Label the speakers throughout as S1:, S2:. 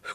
S1: 不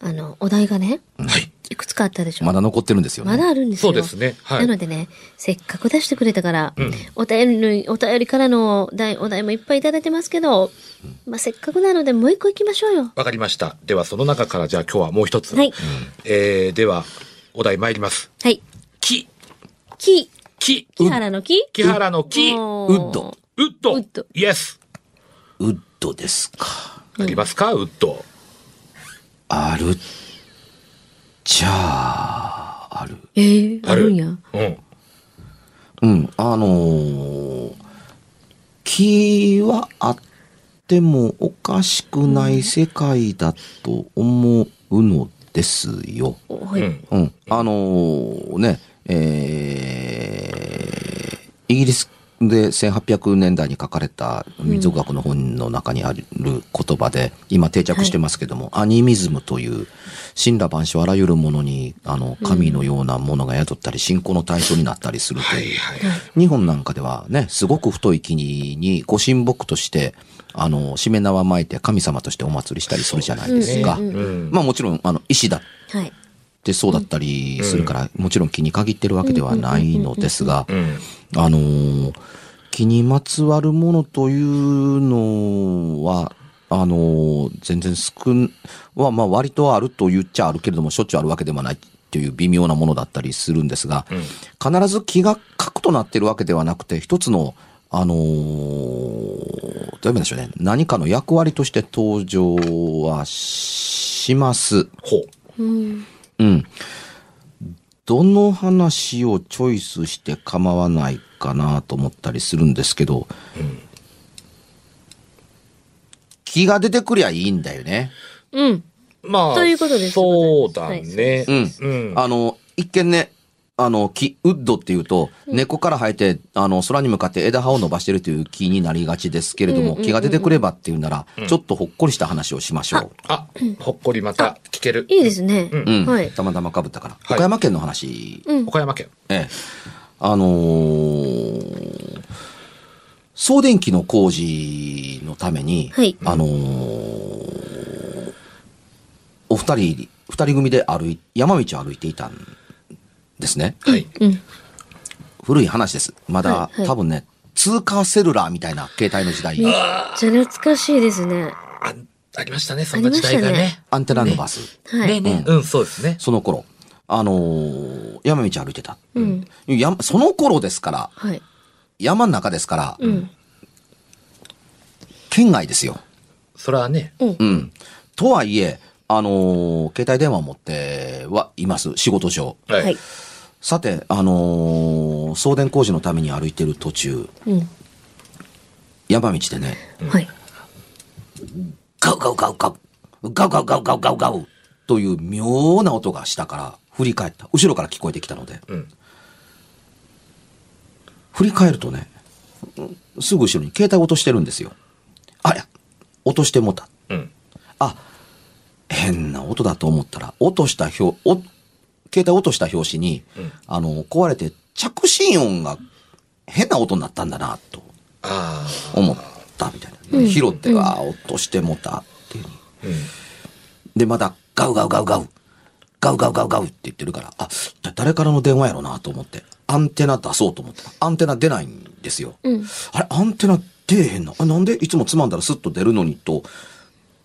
S2: あのお題がね
S1: はい。
S2: いくつかあったでしょ
S3: まだ残ってるんですよね。
S2: まだあるんですよ
S1: そうですねはい
S2: なのでねせっかく出してくれたから、
S1: うん
S2: お便りお便りからのお題お題もいっぱいいただいてますけど、まあ、せっかくなのでもう一個行きましょうよ
S1: わかりました。では、その中から、じゃあ今日はもう一つ。
S2: はい。
S1: えー、では、お題参ります。
S2: はい
S1: 木、
S2: 木
S1: 木、
S2: 木原の木
S1: 木原の木、ウッ
S2: おー
S3: ウッド。
S1: ド、
S2: ウッド
S1: イエス。
S3: ウッドですか。
S1: ありますか、ウッド。
S3: ある。じゃあ、ある。
S2: えー、あるんや
S1: うん。
S3: うん、あのー気はあってもおかしくない世界だと思うのですよ。
S2: おはい、
S1: うん
S3: うん、あのーね、えーイギリスで1800年代に書かれた民族学の本の中にある言葉で、今定着してますけども、アニミズムという、神羅万象あらゆるものに、あの、神のようなものが宿ったり、信仰の対象になったりすると
S1: はい
S3: いう、
S1: はい。
S3: 日本なんかではね、すごく太い木にご神木として、あの、しめ縄巻いて神様としてお祭りしたりするじゃないですか。
S2: そうですね
S1: うん。
S3: まあもちろん、あの、石だ
S2: はい
S3: ってそうだったりするから、もちろん気に限ってるわけではないのですが、あのー、気にまつわるものというのは、あのー、全然少ん、は、まあ割とあると言っちゃあるけれども、しょっちゅうあるわけではないっていう微妙なものだったりするんですが、必ず気が核となってるわけではなくて、一つの、あのー、どう言えばいいんでしょうね、何かの役割として登場はします。
S1: ほう。
S2: うん
S3: うん。どの話をチョイスして構わないかなと思ったりするんですけど、気が出てくりゃいいんだよね。
S2: うん
S1: まあ、
S2: ということです
S1: そうだ
S2: はいそうで
S1: ね。
S3: うん。
S1: うん。
S3: あの、一見ね、あの、木、ウッドっていうと、根っこから生えて、あの、空に向かって枝葉を伸ばしてるという木になりがちですけれども、気が出てくればっていうなら、ちょっとほっこりした話をしましょう。
S1: あ、ほっこりまた聞ける。
S2: いいですね。
S1: うん
S3: うん。
S2: はい。
S3: たまたまかぶったから。
S1: はい
S3: 岡山県の話
S2: うん。
S1: 岡山県。
S3: ええ。あのー送電機の工事のために、
S2: はい
S3: あのーお二人、二人組で歩い、山道を歩いていたんですね。
S1: はい。
S2: うん。
S3: 古い話です。まだ、
S2: はいはい
S3: 多分ね、通貨セルラーみたいな携帯の時代、
S2: めっちゃ懐かしいですね。
S1: あ、ありましたね、そんな時代が
S2: ありま
S1: ね。
S3: アンテナ伸ばす、
S2: はい。
S1: ねね、うん、そうですね。
S3: その頃、あのー山道歩いてた。
S2: うん。
S3: やその頃ですから、
S2: はい。
S3: 山の中ですから、
S2: うん。
S3: 県外ですよ。
S1: それはね、
S3: うん。とはいえ、あのー携帯電話を持ってはいます。仕事上。
S1: はい
S2: はい。
S3: さて、あのー送電工事のために歩いてる途中、
S2: うん。
S3: 山道でね、
S2: はい。
S3: ガウガウガウガウ、ガウガウガウガウガウガウ、という妙な音が下から振り返った。後ろから聞こえてきたので。
S1: うん
S3: 振り返るとね、すぐ後ろに携帯落としてるんですよ。ありゃ、落としてもうた。
S1: うん。
S3: あ、変な音だと思ったら、落とした表、お携帯落とした拍子に、あの、壊れて着信音が変な音になったんだな、と
S1: あ
S3: 思ったみたいな。拾って、わあ、落としてもた、っていう。で、また、ガウガウガウガウ、ガウガウガウガウって言ってるから、あ、だ誰からの電話やろな、と思って、アンテナ出そうと思ったら、アンテナ出ないんですよ。
S2: うん
S3: あれ、アンテナ出えへんのあなんでいつもつまんだらスッと出るのにと、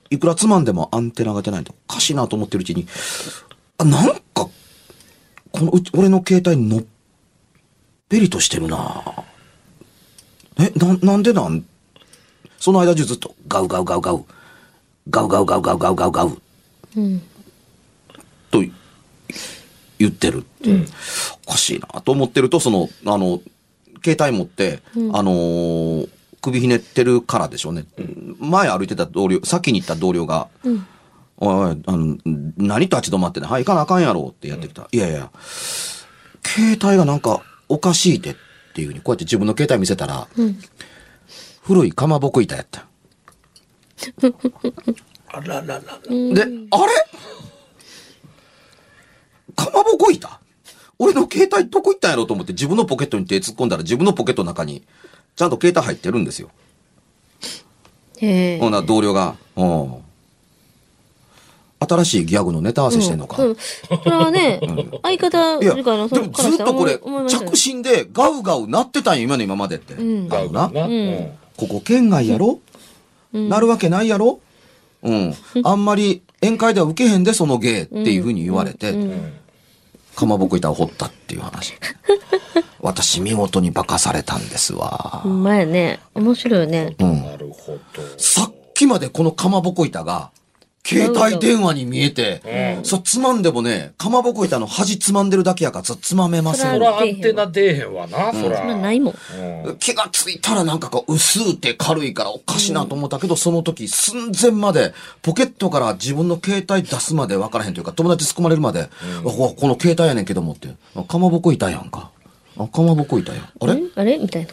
S3: いくらつまんでもアンテナが出ないとおかしいなと思ってるうちに、あ、なんか、このうち、俺の携帯のっぺりとしてるなえ、な、なんでなんその間中ずっと、ガウガウガウガウ、ガウガウガウガウガウガウガウ、と言ってるって、おかしいなと思ってるとそのあの携帯持って、あのー首ひねってるからでしょうね、前歩いてた同僚先に行った同僚が「おいおいあの何立ち止まってんねんはい行かなあかんやろ」ってやってきた「いやいや携帯がなんかおかしいで」っていうふうにこうやって自分の携帯見せたら、古いかまぼこ板やった。
S1: あらららら
S3: で、あれかまぼこいた俺の携帯どこ行ったんやろうと思って自分のポケットに手突っ込んだら自分のポケットの中にちゃんと携帯入ってるんですよ。
S2: へえ
S3: ほんなら同僚が、うん。新しいギャグのネタ合わせしてんのか。
S2: うん、それはね、相方
S3: い
S2: い
S3: や、で
S2: るから
S3: も
S2: そ
S3: ず
S2: の彼
S3: っ
S2: 氏は
S3: と
S2: 思
S3: こ
S2: い
S3: れ
S2: 思いましたよ
S3: 着信でガウガウ鳴ってたんよ、今の今までって。
S2: うん
S3: あのな。
S1: な、
S2: うん
S3: ここ県外やろ、なるわけないやろうん。あんまり宴会では受けへんで、その芸っていうふうに言われて、かまぼこ板を掘ったっていう 話。私、見事に化かされたんですわ
S2: ほ。んまやね。面白いよね。
S3: うん。
S1: なるほど
S3: さっきまでこのかまぼこ板が、携帯電話に見えて、そう、つまんでもね、かまぼこ板の端つまんでるだけやから、そうつまめませ
S2: そ
S3: ん
S1: そ
S2: ら
S1: らアンテナ出えへんわな、そら、
S2: そんなんないもん。
S3: 気がついたらなんかこう薄うて軽いからおかしいなと思ったけど、その時寸前までポケットから自分の携帯出すまで分からへんというか友達突っ込まれるまで、うわこの携帯やねんけどもってあかまぼこいたやんかあかまぼこいたやんあれ、
S2: んあれみたいな。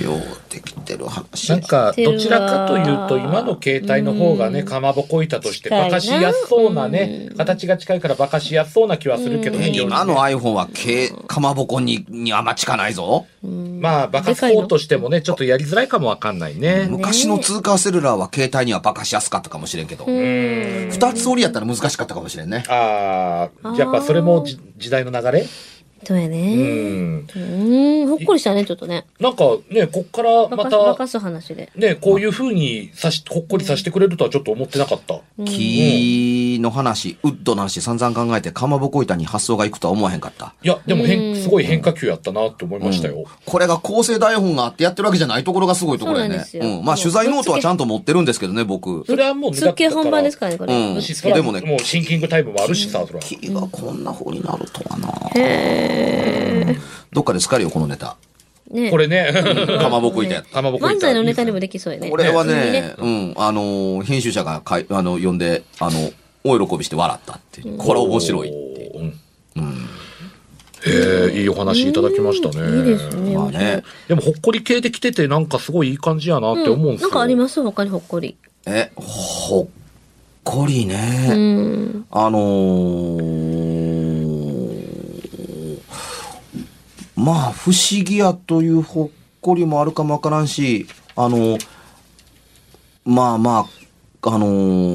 S3: ようできてる話
S1: なんかどちらかというと今の携帯の方がねかまぼこ板として
S2: 近いな
S1: バカしやすそうなね形が近いからバカしやすそうな気はするけどね
S3: 今の iPhone はけかまぼこににあんま近ないぞ、
S1: まあバカそうとしてもねちょっとやりづらいかもわかんないね、
S3: 昔の通貨セルラーは携帯にはバカしやすかったかもしれんけど、二つ折りやったら難しかったかもしれんね
S1: ああやっぱそれもじ時代の流れ
S2: そうや
S1: う
S2: ね。
S1: ん
S2: うーん、ほっこりしたね、ちょっとね。
S1: なんかねこっから
S2: バ
S1: ま
S2: カバカ
S1: た
S2: す話で。
S1: ねこういうふうにさしほっこりさせてくれるとはちょっと思ってなかった
S3: 木の話、ウッドの話、散々考えて、かまぼこ板に発想がいくとは思わへんかった。
S1: いやでも変すごい変化球やったなって思いましたよ、
S3: これが構成台本があってやってるわけじゃないところがすごいところや
S2: そう
S3: ね
S2: なんです。よ
S3: うん。まあ、取材ノートはちゃんと持ってるんですけどね、僕。
S1: それはもう
S2: すっげえ本番です
S1: か
S2: からね、こ
S3: う
S2: れ。
S3: ん。
S1: しそれ
S3: で
S1: は
S3: も
S1: もう
S3: ね、
S1: シンキングタイムもあるしさそれは
S3: 木がこんな風になるとはな。
S2: へ
S3: どっかで疲れよ、このネタ。
S2: え。ね
S1: これね
S3: かまぼこ板やった。
S1: かまぼこ 板
S2: 漫才のネタにもできそうやね。
S3: これはね
S2: ね、
S3: うん。あのー、編集者がかいあの呼んで、あの、お喜びして笑ったっていう。これ面白いっていう。
S1: うんへえいいお話いただきましたね
S2: いいですね。
S3: まあね。
S1: でもほっこり系で来ててなんかすごいいい感じやなって思
S2: う
S1: うんで
S2: ん、
S1: す
S2: な
S1: よ、
S2: んかあります他にほっこり。
S3: え、ほっこりね。
S2: うん。
S3: あのーまあ不思議やというほっこりもあるかもわからんしあのまあまああの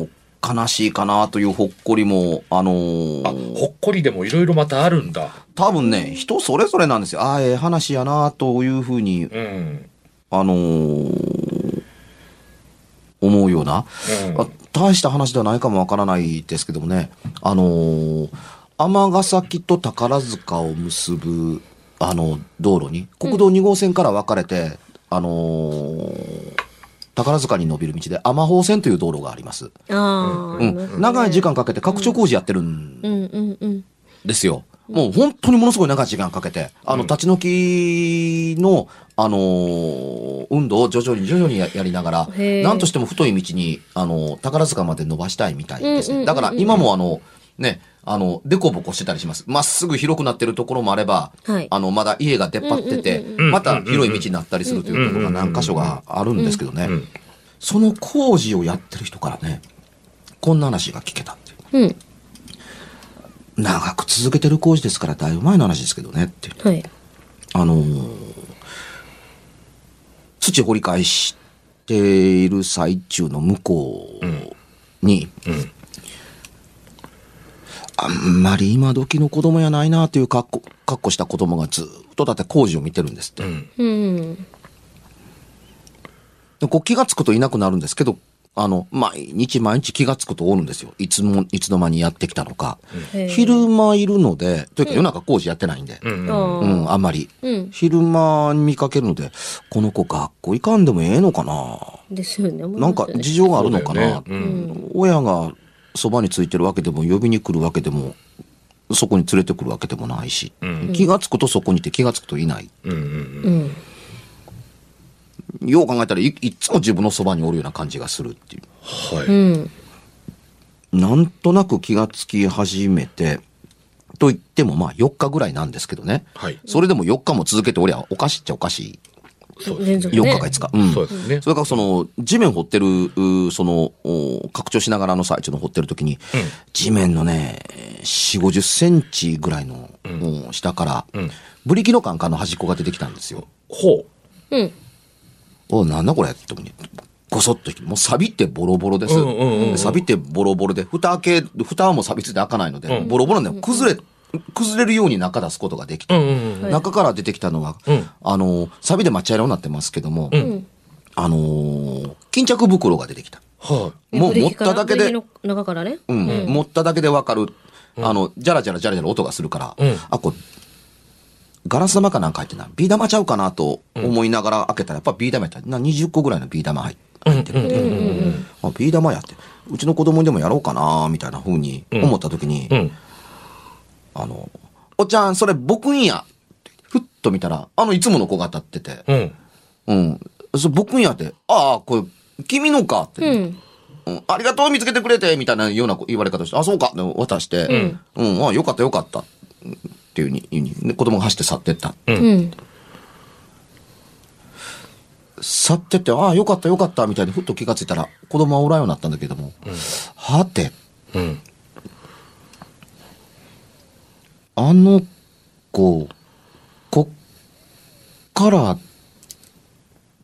S3: ー悲しいかなというほっこりもあのー
S1: あほっこりでもいろいろまたあるんだ
S3: 多分ね人それぞれなんですよああええ話やなというふうに
S1: うん
S3: あのー思うような、
S1: うん
S3: あ大した話ではないかもわからないですけどもね、あのー尼崎と宝塚を結ぶ、あの、道路に、国道2号線から分かれて、あのー宝塚に伸びる道で、尼宝線という道路があります。
S2: ああ、
S3: う
S2: ありますね
S3: ん。長い時。間かけて拡張工事やってるん
S2: うんうんうん。
S3: ですよ。もう本当にものすごい長い時間かけて、あの、立ち退きの、あのー運動を徐々に徐々にややりながら、
S2: へー
S3: なんとしても太い道に、あのー宝塚まで伸ばしたいみたいです
S2: うんうんうんう
S3: ね。
S2: ん
S3: だから今もあの、ね、あの、でこぼこしてたりします。まっすぐ広くなってるところもあれば、
S2: はい
S3: あの、まだ家が出っ張ってて、
S2: うん
S1: うんうん
S3: また広い道になったりするということが何箇所があるんですけどね、
S1: うん
S3: その工事をやってる人からね、こんな話が聞けたってい
S2: う
S3: う。
S2: ん。
S3: 長く続けてる工事ですからだいぶ前の話ですけどねっていう。
S2: はい。
S3: あのー土を掘り返している最中の向こうに、
S1: うん
S3: あんまり今時の子供やないなという格好格好した子供がずっとだって工事を見てるんですって。
S1: うん
S2: うん。
S3: でこう気がつくといなくなるんですけど、あの、毎日毎日気がつくとおるんですよ。いつも、いつの間にやってきたのか。
S2: へー
S3: 昼間いるので、というか夜中工事やってないんで、
S1: うん
S2: あ
S1: う
S2: ー
S1: ん
S3: うん、あんまり。
S2: うん。
S3: 昼間見かけるので、この子学校行かんでもええのかな
S2: ですよね。思い
S3: なん
S2: ま
S3: か
S2: すよね
S3: 事情があるのか
S1: そ
S3: な、
S1: うだよ
S2: う
S1: ね
S2: ん。
S3: 親がそばについてるわけでも、呼びに来るわけでも、そこに連れてくるわけでもないし、
S1: うん
S3: 気がつくとそこにいて気がつくといない。
S1: うんうん
S2: うん。
S3: よう考えたらい、いっつも自分のそばにおるような感じがするっていう。
S1: はい
S2: うん。
S3: なんとなく気がつき始めて、と言ってもまあ4日ぐらいなんですけどね。
S1: はい
S3: それでも4日も続けておりゃおかしいっちゃおかし
S1: そう
S2: 連
S1: です
S3: い。
S2: 続
S1: ね
S3: 4
S2: ね
S3: 日か5日。うん。
S1: そうですね
S3: それからその、地面掘ってる、うーその、お拡張しながらの最中の掘ってる時に、地面のね、4、50センチぐらいの、お下から、
S1: うん
S3: ブリキのカンカンの端っこが出てきたんですよ。
S1: ほ
S2: うん。
S3: おなんだこれって思って、ごそっと引きもう錆びてボロボロです。
S1: うんうんうんうん
S3: で錆びてボロボロで、蓋開け、蓋はもう錆びついて開かないので、
S1: うん
S3: ボロボロなんで、崩れ、崩れるように中出すことができ
S1: う
S3: て、
S1: うんうんうん
S2: はい
S3: 中から出てきたのは、
S1: うん
S3: あの、錆びで抹茶色になってますけども、
S1: うん
S3: あのー巾着袋が出てきた。
S1: は
S3: もう
S2: ブリ
S3: 持っ
S2: キから
S3: ただけ
S2: ブリ
S3: で
S2: キ、の中からね。
S3: うん、持っただけでわかる。あの、じゃらじゃらじゃらじゃら音がするから、
S1: うん
S3: あ、これ、ガラス玉かなんか入ってない。ビー玉ちゃうかなと思いながら開けたら、やっぱビー玉やった。な、20個ぐらいのビー玉入って。
S1: いうんうんうん
S3: あ、ビー玉やって、うちの子供にでもやろうかな、みたいな風に思った時に、
S1: うん
S3: あの、おっちゃん、それ僕んや。ふっと見たら、あの、いつもの子が立ってて、
S1: うん
S3: うん、それ僕んやって、ああ、これ、君のかって、
S2: うん。
S3: うんありがとう、見つけてくれて、みたいなような言われ方して、あ、そうか、で渡して、うん、あよかった、よかった、っていうふうに言うに、で子供が走って去ってった。
S2: うん。
S3: 去ってって、ああ、よかった、よかった、みたいにふっと気がついたら、子供はおらんようになったんだけども、はて、
S1: うん
S3: あの子、こっから、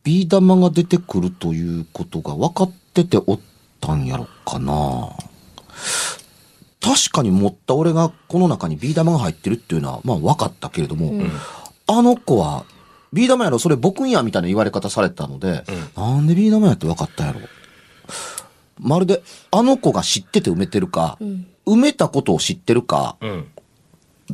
S3: ビー玉が出てくるということが分かってておったんやろかな。確かに持った俺がこの中にビー玉が入ってるっていうのは、まあ分かったけれども、あの子は、ビー玉やろ、それ僕んや、みたいな言われ方されたので、なんでビー玉やって分かったんやろ。まるで、あの子が知ってて埋めてるか、埋めたことを知ってるか、
S1: うん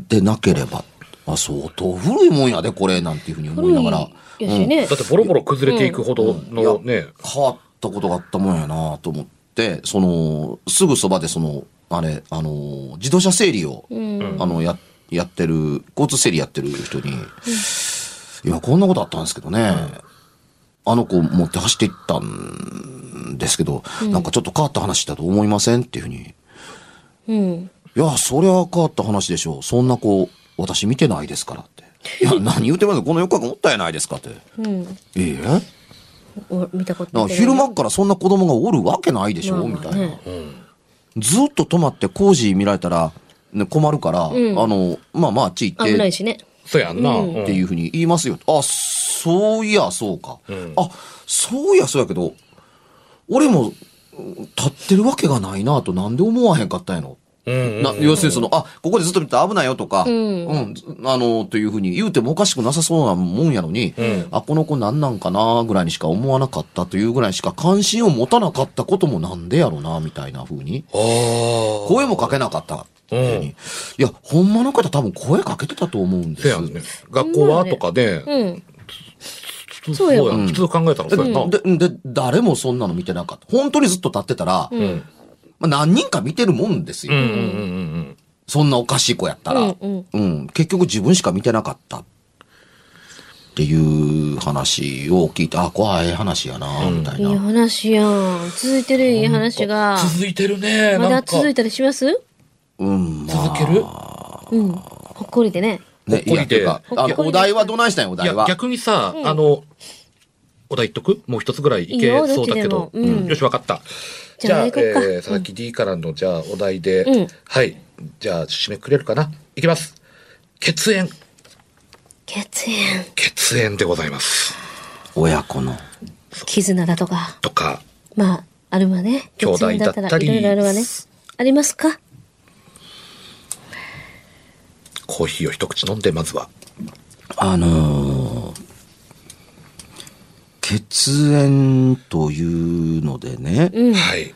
S3: でなければ、あ、相当古いもんやで、これ、なんていうふうに思いながら、
S2: 古いやしね
S1: だ。ってボロボロ崩れていくほどのね
S3: 変わったことがあったもんやなと思って、その、すぐそばでその、あれ、あの、自動車整理を、
S2: うん。
S3: あの、や、やってる、交通整理やってる人に、いや、こんなことあったんですけどね、あの子持って走っていったんですけど、なんかちょっと変わった話だと思いませんっていうふうに
S2: うん。
S3: いや、そりゃ変わった話でしょう。そんな子、私見てないですからって。い や、何言うてますこの4日間おったやないですかって。
S2: うん。
S3: ええだか
S2: お見たこと
S3: ら
S2: ない
S3: 昼間からそんな子供がおるわけないでしょ、みたいな。ずっと泊まって工事見られたら、ね、困るから、あの、まあまあ、あっち行っ
S2: 危ない
S3: て、
S2: しね。
S1: そうやんな
S2: うん
S3: っていうふうに言いますよ。あ、そういや、そうか。
S1: ん
S3: あ、そういや、そうやけど、俺も、うん立ってるわけがないなと、なんで思わへんかったんやろ。
S1: うん
S3: な要するにその、あ、ここでずっと見てたら危ないよとか、うんん、あの、というふうに言うてもおかしくなさそうなもんやのに、あ、この子なんなんかなぐらいにしか思わなかったというぐらいしか関心を持たなかったこともなんでやろな、みたいなふうに。
S1: ああ
S3: 声もかけなかった。
S1: うん
S3: っていうふうにいや、ほんまの方多分声かけてたと思うんで
S1: そうや
S3: す
S1: んね学校はとかね
S2: うん。
S1: 普通
S2: そうやわ
S1: 普通考えたらそうやな
S3: ででで、誰もそんなの見てなかった。本当にずっと立ってたら、
S1: うん
S3: まあ、何人か見てるもんですよ。
S1: うんうんうんうん
S3: そんなおかしい子やったら。
S2: うんうん
S3: うん、結局自分しか見てなかったっていう話を聞いて、あ、怖い話やな、みたい
S2: い
S3: な。
S2: い話やん。続いてるいい話が。
S1: 続いてるね
S2: ま
S1: な
S2: だ
S1: んか
S2: 続いたりします
S3: うん、まあ。
S1: 続ける
S2: うん。ほっこりでね。
S3: ね、い
S1: ほっこ
S3: や、
S1: り
S3: て
S1: で
S3: いうか、あ
S2: ほっこり
S3: お題はどないしたんや、お
S1: い
S3: 題
S1: や
S3: は。
S1: 逆にさあのお題言っとくもう一つぐらいい
S2: いい
S1: け
S2: よ
S1: そうだけど
S2: どっちでもうん
S1: うんよしわかった
S2: じゃあ
S1: え
S2: 行こうか
S1: ー佐々木 D からのじゃあお題で、
S2: うん
S1: はいじゃあ締めくれるかないきます血縁
S2: 血縁、
S1: 血縁でございます
S3: 親子の。
S2: 絆だとか、
S1: とか
S2: まあ、あるわね。
S1: 兄弟だったり
S2: 血縁いろいろあるわね。ありますか
S1: コーヒーを一口飲んでまずは
S3: あのー血縁というのでね、
S2: うん。
S1: はい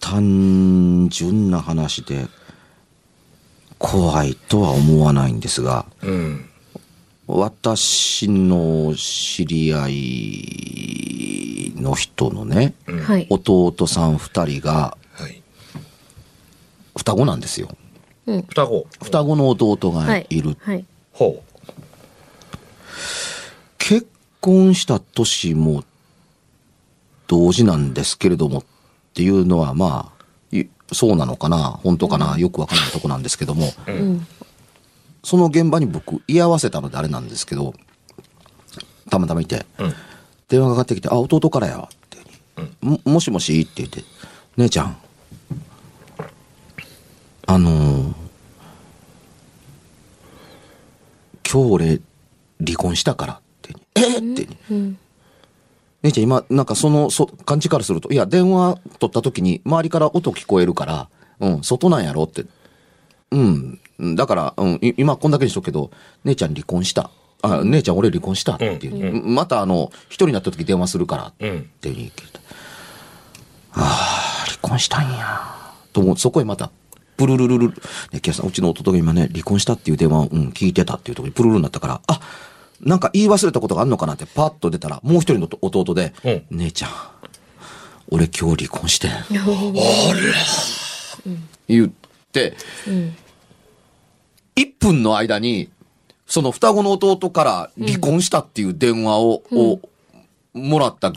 S3: 単純な話で、怖いとは思わないんですが、
S1: うん
S3: 私の知り合いの人のね、
S2: はい。
S3: 弟さん二人が
S1: はい
S3: 双子なんですよ。
S2: うん。
S1: 双子
S3: 双子の弟がいる。
S2: はい。
S1: ほう
S3: 結婚した年も同時なんですけれどもっていうのはまあ、いそうなのかな本当かなよくわかんないとこなんですけども、
S2: うん。
S3: その現場に僕居合わせたのであれなんですけど、たまたまいて、
S1: うん
S3: 電話かかってきて、あ、弟からや、って、も、もしもしって言って、姉ちゃん、あのー今日俺、離婚したからって、えーって、
S2: うん。
S3: 姉ちゃん今、なんかその、そ、感じからすると、いや、電話取った時に、周りから音聞こえるから、うん、外なんやろって。うん、うんだから、うん、い今こんだけにしとくけど、姉ちゃん離婚した。あ、姉ちゃん俺離婚したっていう、うんまたあの、一人になった時電話するからって
S1: うん
S3: いうふうに聞いた。ああ、離婚したんや。と思う、そこへまた、プルルルルル。ね、キャスさん、うちの弟が今ね、離婚したっていう電話を、うん、聞いてたっていうところにプルルルになったから、あなんか言い忘れたことがあんのかなってパッと出たら、もう一人の弟で、
S1: う
S3: 姉ちゃん、俺今日離婚してん、
S1: あれ
S3: 言って、1分の間に、その双子の弟から離婚したっていう電話を、をもらった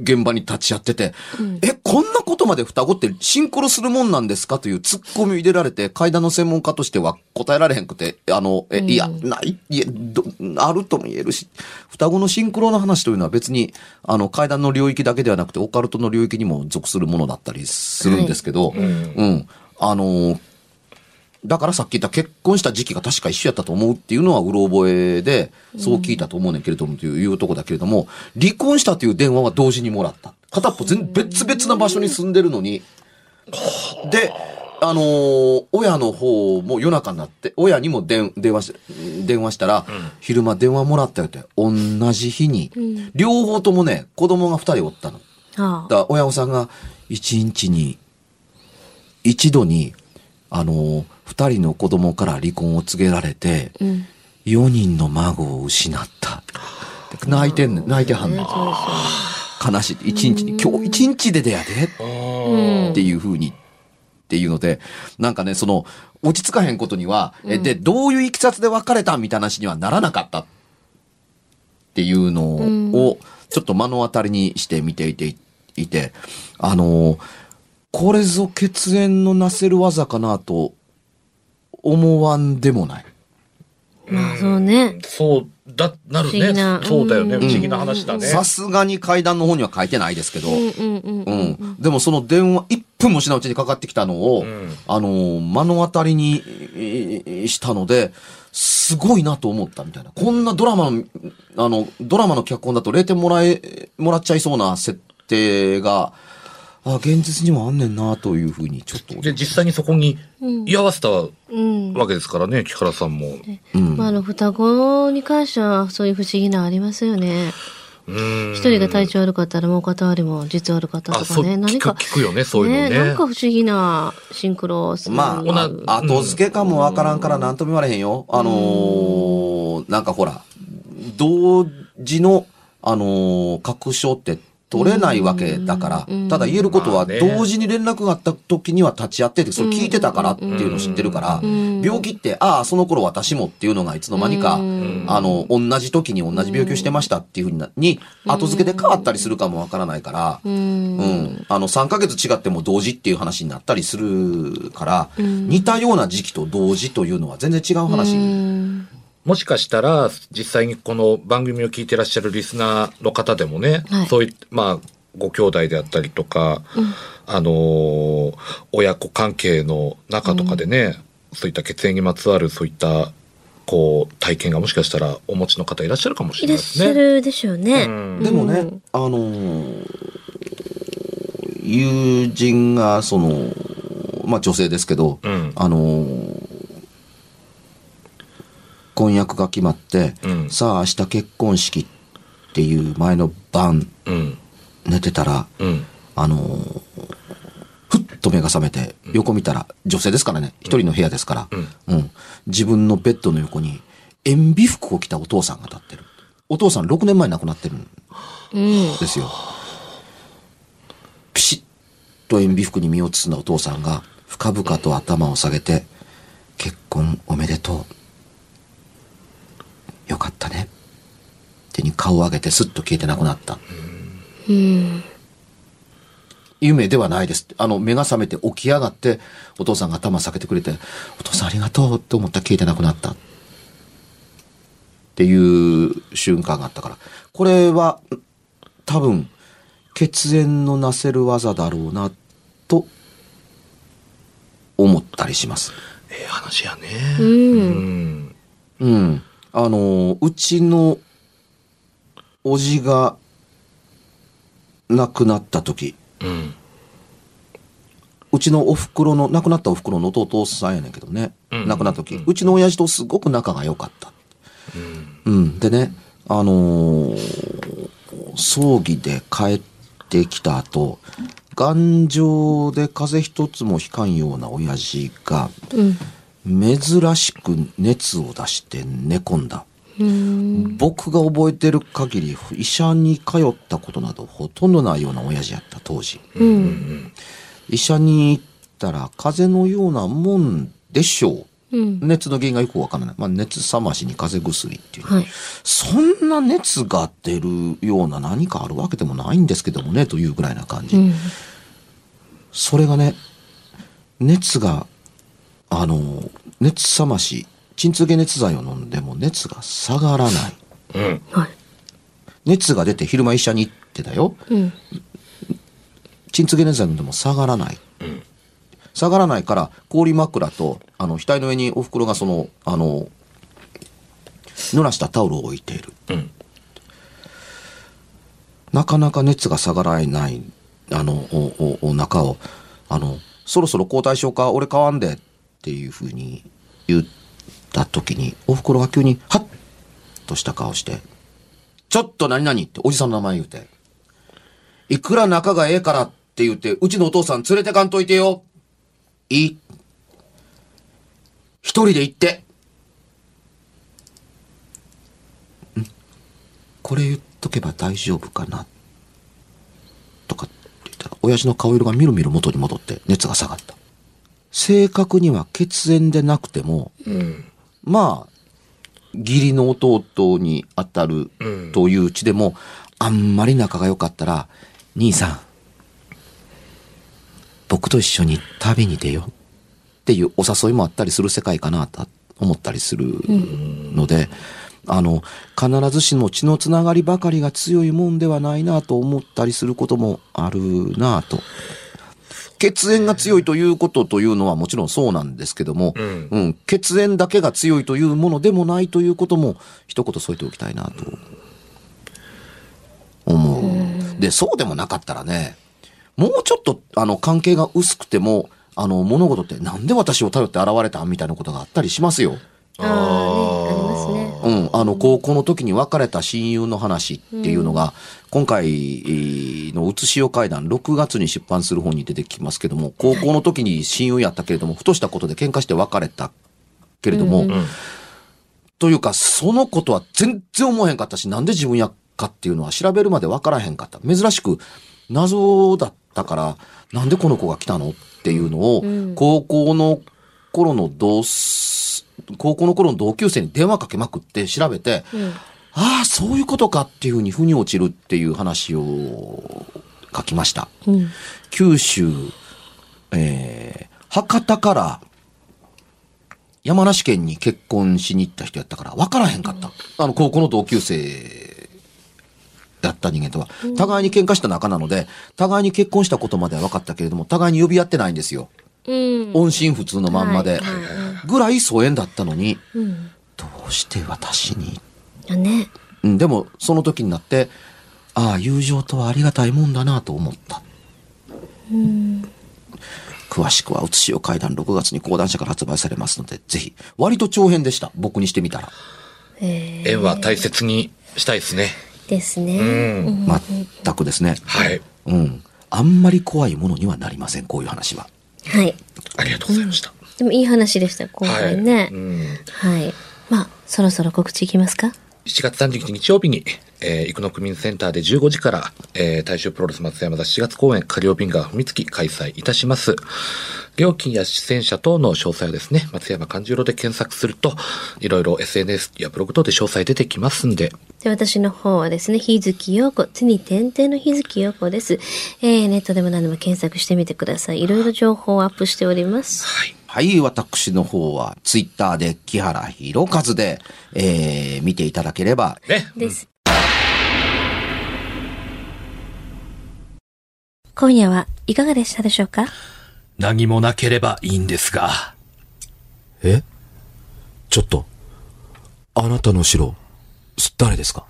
S3: 現場に立ち会ってて、え、こんなことまで双子ってシンクロするもんなんですかというツッコミを入れられて、階段の専門家としては答えられへんくて、あの、え、いや、ない、いや、どあるとも言えるし、双子のシンクロの話というのは別に、あの、階段の領域だけではなくて、オカルトの領域にも属するものだったりするんですけど、うん。あのーだからさっき言った結婚した時期が確か一緒やったと思うっていうのはうろ覚えで、そう聞いたと思うねんけれども、といういうとこだけれども、離婚したという電話は同時にもらった。片っぽ全別々な場所に住んでるのに。で、あのー親の方も夜中になって、親にも電電話し、電話したら、昼間電話もらったよって、同じ日に、両方ともね、子供が二人おったの。
S2: ああ。
S3: だ親御さんが一日に一度にあの二人の子供から離婚を告げられて
S2: うん。
S3: 四人の孫を失った泣いてんねん泣いてはんね
S2: そう
S3: ん
S2: ですよね
S3: 悲しい一日に今日一日ででやで
S2: うん
S3: っていうふうにっていうのでなんかねその落ち着かへんことには、えでどういういきさつで別れたみたいな話にはならなかったっていうのをちょっと目の当たりにして見ていていてあのーこれぞ血縁のなせる技かなと思わんでもない。
S2: まあそうね。
S1: そうだなる
S2: 不思議
S1: ね
S2: な
S1: そうだよね
S2: う
S1: 不
S2: ん
S1: 思議な話だね
S3: さすがに階段の方には書いてないですけど、
S2: うんうんうん
S3: う
S2: うんん。
S3: でもその電話、1分もしないうちにかかってきたのを、
S1: ん
S3: あのー、目の当たりにえーしたので、すごいなと思ったみたいな。こんなドラマの、あの、ドラマの脚本だと0点もらえ、もらっちゃいそうな設定が、あ、現実にもあんねんなというふうにちょっと。
S1: で実際にそこに居合わせたわ
S2: うん。
S1: けですからね木原さんも
S3: うん
S2: まあ、あの、双子に関しては、そういう不思議なのありますよね。
S1: うん
S2: 一人が体調悪かったら、もう片割れも実悪かったと
S1: あそ
S2: か
S1: う
S2: ね。
S1: 聞
S2: 何
S1: く
S2: か、
S1: 聞くよねそういうのね
S2: なんか不思議なシンクロするの
S3: ま
S2: が
S1: 同じ
S3: あ、後付けかもわからんから何とも言われへんよ。あのーなんかほら、同時の、あのー確証って取れないわけだから
S2: うん、
S3: ただ言えること
S1: まあ
S3: は、
S1: ね
S3: 同時に連絡があった時には立ち会ってて、それ聞いてたからっていうのを知ってるから、
S2: ん
S3: 病気って、ああ、その頃私もっていうのがいつの間にか
S2: う、ん
S3: あの、同じ時に同じ病気をしてましたっていうふうにな、に、後付けで変わったりするかもわからないから、
S2: うん。
S3: うん、あの3ヶ月違っても同時っていう話になったりするから、似たような時期と同時というのは全然違う話、
S2: うん。
S1: もしかしたら、実際にこの番組を聞いてらっしゃるリスナーの方でもね、
S2: はい
S1: そういまあ、ご兄弟であったりとか、あのー親子関係の中とかでね、そういった血縁にまつわるそういったこう体験がもしかしたらお持ちの方いらっしゃるかもし
S4: い
S1: れな
S4: ら
S1: い
S4: っ
S1: です
S4: し
S1: ね。
S4: ゃるでしょうね。
S1: うん
S3: でもね、
S2: うん
S3: あのー友人がその、まあ、女性ですけど、
S1: うん
S3: あのー婚約が決まって、
S1: うん
S3: さあ明日結婚式っていう前の晩
S1: うん
S3: 寝てたら、
S1: うん
S3: あのーふっと目が覚めて横見たら女性ですからね一人の部屋ですから、うん自分のベッドの横に塩ビ服を着たお父さんが立ってるお父さん6年前亡くなってるん
S2: うん。
S3: ですよ。ピシッと塩ビ服に身を包んだお父さんが、深々と頭を下げて、結婚おめでとう。よかったね。手に顔を上げてスッと消えてなくなった。夢ではないです。あの、目が覚めて起き上がって、お父さんが頭下げてくれて、お父さんありがとうって思ったら消えてなくなった。っていう瞬間があったから。これは、多分血縁のなせる技だろうなと思ったりします。
S1: ええ話やね。
S2: うん
S1: うん
S3: うん、あのうちの叔父が亡くなった時
S1: うん
S3: うちのおふくろの亡くなったおふくろの弟さんやねんけどね、
S1: うん
S3: 亡くなった時、
S1: うん
S3: うちの親父とすごく仲が良かった。うん、でね、あのー葬儀で帰ってきた後、頑丈で風邪一つもひかんような親父が、
S2: うん。
S3: 珍しく熱を出して寝込んだ。
S2: うん。
S3: 僕が覚えてる限り、医者に通ったことなどほとんどないような親父やった当時。
S2: うん。
S3: 医者に行ったら、風邪のようなもんでしょう。
S2: うん。
S3: 熱の原因がよくわからない。まあ、熱冷ましに風邪薬っていうの、
S2: はい。
S3: そんな熱が出るような何かあるわけでもないんですけどもね、というぐらいな感じ。
S2: うん。
S3: それがね、熱が、あの、熱冷まし、鎮痛解熱剤を飲んでも熱が下がらない。
S1: うん
S2: はい。
S3: 熱が出て昼間医者に行ってだよ。
S2: うん。
S3: 鎮痛解熱剤飲んでも下がらない。下がらないから、氷枕と、あの、額の上にお袋がその、あの、濡らしたタオルを置いている。
S1: うん
S3: なかなか熱が下がらない、あの、お、お、お中を、あの、そろそろ交代しようか、俺買わんで、っていうふうに言った時に、お袋が急に、はっとした顔して、ちょっと何々っておじさんの名前言うて、いくら仲がええからって言って、うちのお父さん連れてかんといてよ。いい。一人で行って。んこれ言っとけば大丈夫かな。とかって言ったら、親父の顔色がみるみる元に戻って熱が下がった。正確には血縁でなくても、
S1: うん
S3: まあ、義理の弟に当たる
S1: うん
S3: といううちでも、あんまり仲が良かったら、兄さん、僕と一緒に旅に出ようっていうお誘いもあったりする世界かなと思ったりするので、あの、必ずしも血のつながりばかりが強いもんではないなと思ったりすることもあるなと。血縁が強いということというのはもちろんそうなんですけども、
S1: ん
S3: うん、血縁だけが強いというものでもないということも一言添えておきたいなと思う。で、そうでもなかったらね、もうちょっとあの関係が薄くても、あの物事ってなんで私を頼って現れたみたいなことがあったりしますよ。
S2: ああ、ね、ありますね。
S3: うん、あの高校の時に別れた親友の話っていうのが、今回えーの「うつしお会談」6月に出版する本に出てきますけども高校の時に親友やったけれども、ふとしたことで喧嘩して別れたけれども、
S1: うん
S3: というかそのことは全然思わへんかったしなんで自分やかっていうのは調べるまで分からへんかった珍しく謎だったからなんでこの子が来たのっていうのを、
S2: うん
S3: 高校の頃の同す高校の頃の同級生に電話かけまくって調べて、
S2: うん。
S3: ああ、そういうことかっていうふうに腑に落ちるっていう話を書きました。
S2: うん。
S3: 九州、えー、博多から山梨県に結婚しに行った人やったから分からへんかった。あの、高校の同級生だった人間とは、互いに喧嘩した仲なので、互いに結婚したことまでは分かったけれども、互いに呼び合ってないんですよ。
S2: うん。
S3: 音信不通のまんまで
S2: はいはいは。
S3: ぐらい疎遠だったのに、
S2: うん。
S3: どうして私に。
S2: よね。
S3: うん、でも、その時になって、ああ、友情とはありがたいもんだなと思った。詳しくは、うつしお会談6月に講談社から発売されますので、ぜひ。割と長編でした。僕にしてみたら。
S2: え
S1: 縁は大切にしたいですね。
S2: ー、です
S1: う
S2: ね。
S1: ん。
S3: 全くですね。
S1: はい。
S3: うん。あんまり怖いものにはなりません、こういう話は。
S2: はい。
S1: ありがとうございました。
S2: でもいい話でした、今
S1: はい。
S2: 回ね
S1: う。ん
S2: はい。まあ、そろそろ告知いきますか
S1: 7月30日日曜日に、えー、生野区民センターで15時から、えー、大衆プロレス松山座7月公演、カリオビンガー踏みつき開催いたします。料金や出演者等の詳細はですね、松山勘十郎で検索すると、いろいろ SNS やブログ等で詳細出てきますんで、
S2: で、私の方はですね、日月陽子、つに点々の日月陽子です。えー、ネットでも何でも検索してみてください。いろいろ情報をアップしております。
S1: はい。
S3: はい、私の方は、ツイッターで、木原博和で、えー、見ていただければ、
S1: ね。
S2: です。今夜はいかがでしたでしょうか
S5: 何もなければいいんですが。
S6: えちょっと。あなたの城、す誰ですか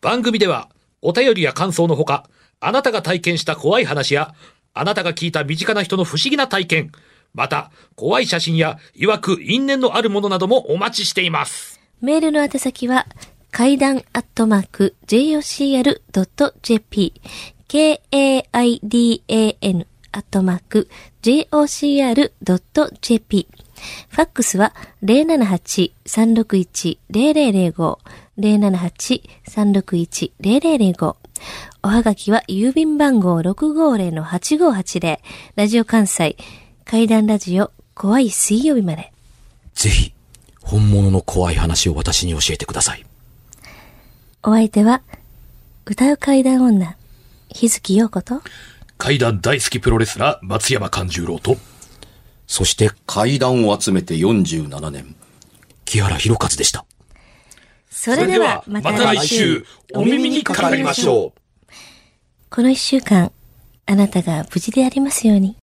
S1: 番組では、お便りや感想のほか、あなたが体験した怖い話や、あなたが聞いた身近な人の不思議な体験、また、怖い写真や、いわく因縁のあるものなどもお待ちしています。
S2: メールの宛先は、階段アットマーク、jocr.jp、k-a-i-d-a-n アットマーク、jocr.jp。ファックスは、078-361-0005、078-361-0005。おはがきは、郵便番号650-8580、ラジオ関西、階段ラジオ、怖い水曜日まで。
S6: ぜひ、本物の怖い話を私に教えてください。
S2: お相手は、歌う階段女、日月陽子と、
S1: 階段大好きプロレスラー、松山勘十郎と、
S6: そして、
S3: 階段を集めて47年。
S6: 木原博一でした。
S2: それではまた来週、
S1: お耳にかかりましょう。
S2: この一週間、あなたが無事でありますように。